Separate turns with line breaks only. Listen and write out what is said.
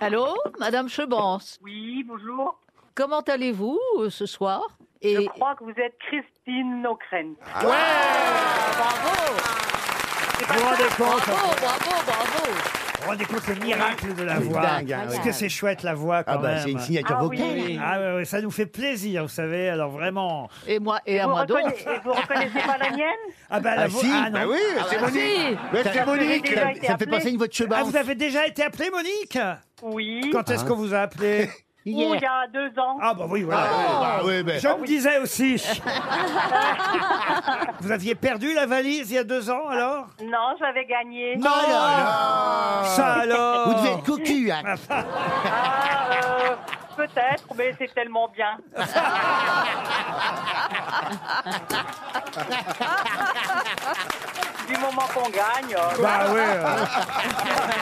Allô, Madame Chebans,
Oui, bonjour.
comment allez-vous euh, ce soir
Je
Et
crois que vous êtes Christine Nocren.
bravo,
C'est
Vous vous
pas
rendez compte
bravo, bravo, bravo.
Vous vous rendez compte le miracle de la
C'est
voix
dingue, hein,
Parce
oui.
que c'est chouette la voix quand
Ah bah c'est
même.
une signature
Ah oui,
vocale.
oui.
Ah ouais, ouais, ça nous fait plaisir, vous savez. Alors vraiment.
Et moi, et à
Vous,
moi donc.
reconna- et vous reconnaissez pas la mienne
Ah bah la
Ah
voix.
si,
ah, non.
bah oui, c'est
bah
Monique.
si.
Mais
Parce que
c'est Monique.
j'ai déjà été
Ça fait
appelée.
penser à une voix de
Ah,
cheval.
vous avez déjà été appelée Monique
Oui.
Quand est-ce
Hein
qu'on vous a appelée
Ou il y a deux ans.
Ah bah oui, voilà.
Ah oui, bah oui, mais-
Je me disais aussi. vous aviez perdu la valise il y a deux ans alors
Non, j'avais gagné.
Non Ça alors
Vous devez être cocu, hein.
Ah, euh, peut-être, mais c'est tellement bien. du moment qu'on oh, gagne. euh,
Bah ouais. euh.